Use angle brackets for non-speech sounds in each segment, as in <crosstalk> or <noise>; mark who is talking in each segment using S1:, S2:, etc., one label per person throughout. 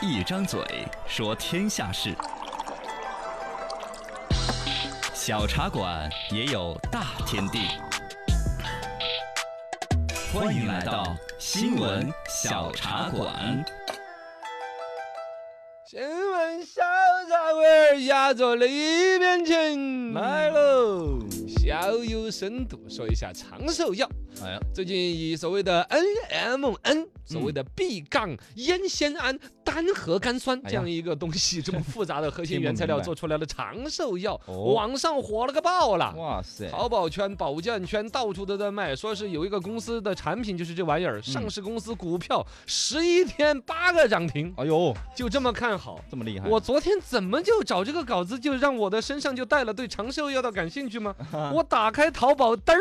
S1: 一张嘴说天下事，小茶馆也有大天地。欢迎来到新闻小茶馆。
S2: 新闻小杂味压着那边情，买喽！小有深度，说一下长寿药。
S1: 哎呀，
S2: 最近以所谓的
S1: 嗯
S2: NMN，所谓的 B 杠烟酰胺单核苷酸
S1: 哎呀
S2: 这样一个东西，这么复杂的核心
S1: <laughs> 听不
S2: 原材料
S1: 明白
S2: 做出来的长寿药，
S1: 哦
S2: 网上火了个爆了。
S1: 哇塞，
S2: 淘宝圈、保健圈到处都在卖，说是有一个公司的产品就是这玩
S1: 嗯
S2: 意儿，上市公司股票十一天八个涨停，
S1: 哎呦，
S2: 就这么看好。
S1: 这么厉害！
S2: 我昨天怎么就找这个稿子，就让我的身上就带了对长寿药的感兴趣 <laughs> 吗？我打开淘宝，嘚儿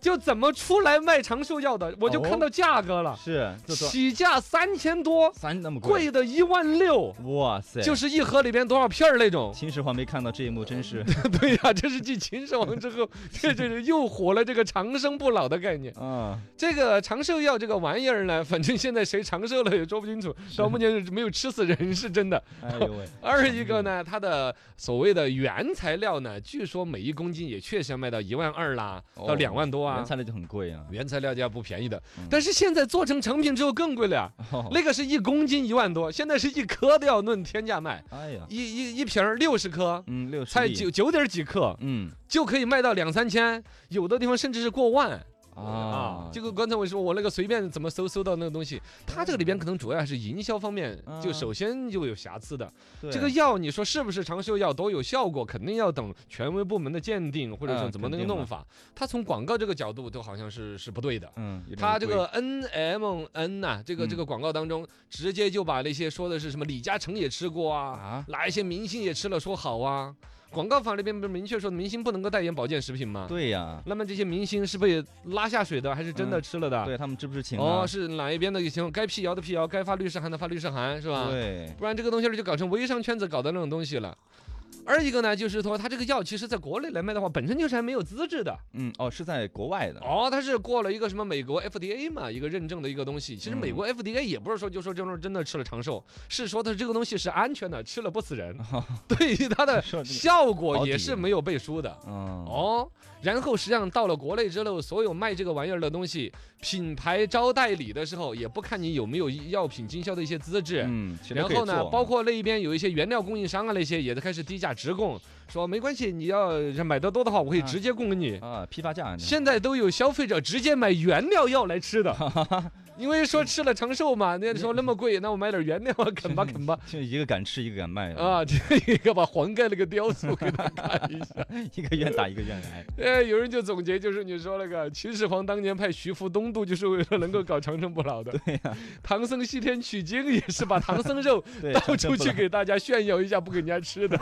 S2: 就怎么出来卖长寿药的，我就看到价格了，
S1: 是这多
S2: 起价三千多，
S1: 三那么贵，
S2: 贵的一万六，
S1: 哇塞！
S2: 就是是一盒里边多少片儿那种。
S1: 秦始皇没看到这一幕，真 <laughs> 是
S2: <laughs> 对呀、这是继秦始皇之后， <laughs> 这就是又火了这个长生不老的概念。
S1: 啊，
S2: 这个长寿药这个玩意儿呢，反正现在谁长寿了也说不清楚，到目前是没有吃死人是真的。
S1: 哎呦喂，
S2: 二一个呢，它的所谓的原材料呢，据说每一公斤也确实要卖到一万二啦，
S1: 哦
S2: 到两万多
S1: 原
S2: 啊。
S1: 材料就很贵啊。
S2: 原材料价不便宜的
S1: 嗯，
S2: 但是现在做成成品之后更贵了呀。
S1: 哦
S2: 那个是一公斤一万多，现在是一颗都要论天价卖，
S1: 哎呀，
S2: 一一一瓶六十颗，
S1: 嗯，六十
S2: 才
S1: 粒
S2: 九九点几克
S1: 嗯
S2: 就可以卖到两三千，有的地方甚至是过万
S1: 啊，
S2: 这个刚才我说我那个随便怎么搜搜到那个东西，它这
S1: 嗯
S2: 个里边可能主要还是营销方面，就
S1: 啊
S2: 首先就有瑕疵的。
S1: 对
S2: 这个药，你说是不是长寿药多有效果？肯定要等权威部门的鉴定，或者说
S1: 嗯
S2: 怎么那
S1: 肯
S2: 个
S1: 定
S2: 弄
S1: 嘛
S2: 法。它从广告这个角度都好像是是不对的。
S1: 嗯，有点
S2: 它这
S1: 贵
S2: 个 N M N 呐、这个
S1: 嗯
S2: 这个广告当中，直接就把那些说的是什么李嘉诚也吃过啊，
S1: 啊，
S2: 哪一些明星也吃了说好啊。广告法里边不是明确说明星不能够代言保健食品吗？
S1: 对呀，
S2: 那么这些明星是被拉下水的，还是真的
S1: 嗯
S2: 吃了的？
S1: 对他们知不知情啊
S2: 哦，？是哪一边的行？该辟谣的辟谣，该发律师函的发律师函，是吧？
S1: 对，
S2: 不然这个东西儿就搞成微商圈子搞的那种东西了。二一个呢，就是说它这个药其实在国内来卖的话，本身就是还没有资质的
S1: 嗯，哦，是在国外的，
S2: 哦，它是过了一个什么美国 FDA 嘛，一个认证的一个东西。其实美国 FDA 也不是说就说这种真的吃了长寿，是说的这个东西是安全的，吃了不死 <laughs> 人，对于它
S1: <laughs>
S2: 的
S1: 说这个
S2: 效果
S1: 保底
S2: 也是没有背书的。
S1: 嗯，
S2: 哦，然后实际上到了国内之后，所有卖这个玩意儿的东西，品牌招代理的时候也不看你有没有药品经销的一些资质，
S1: 嗯，其实
S2: 然
S1: 可以
S2: 后呢，
S1: 做
S2: 包括那一边有一些原料供应商啊，那些也都开始低价直供，说没关系，你要买得多的话，我可以
S1: 啊
S2: 直接供给你。
S1: 啊，批发价，
S2: 现在都有消费者直接买原料药来
S1: <laughs>
S2: 吃的，因为说吃了长寿嘛，那说那么贵，那我买点原料啊，啃吧啃吧。
S1: 就一个敢吃一个敢卖，
S2: 啊，这一个把黄盖那个雕塑给他看一下。
S1: 一个愿打一个愿挨，
S2: <laughs> 哎，有人就总结，就是你说那个秦始皇当年派徐福东渡，就是为了能够搞长生不老的。对呀、唐僧西天取经也是把唐僧肉
S1: 对
S2: <laughs> 到
S1: 长生
S2: 处
S1: 不
S2: 去
S1: 老
S2: 给大家炫耀一下，不给人家吃 <laughs> 的。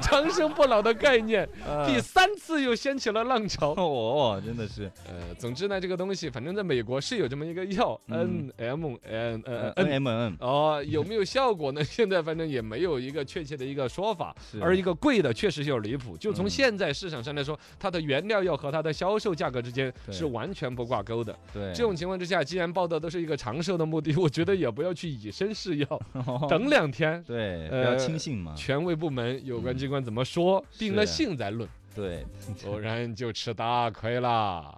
S2: 长生不老的概念第三次又掀起了浪潮。
S1: 哦，真的是
S2: 呃，总之呢，这个东西反正在美国是有这么一个药，N
S1: 嗯
S2: M N
S1: ，N
S2: N 呃 N。
S1: M N，
S2: 哦，有没有效果呢？现在反正也没有一个确切的一个说法。
S1: 是
S2: 而一个贵的确实有点离谱。就从
S1: 嗯
S2: 现在市场上来说，它的原料药和它的销售价格之间
S1: 对
S2: 是完全不挂钩的。
S1: 对，
S2: 这种情况之下，既然报道都是一个长寿的目的，我觉得也不要去以身试药，等两天。
S1: <laughs> 对，不
S2: 呃
S1: 要轻信嘛，
S2: 权威部门、有关机关怎么说，定了性再论，
S1: 对，
S2: 不然就吃大亏啦。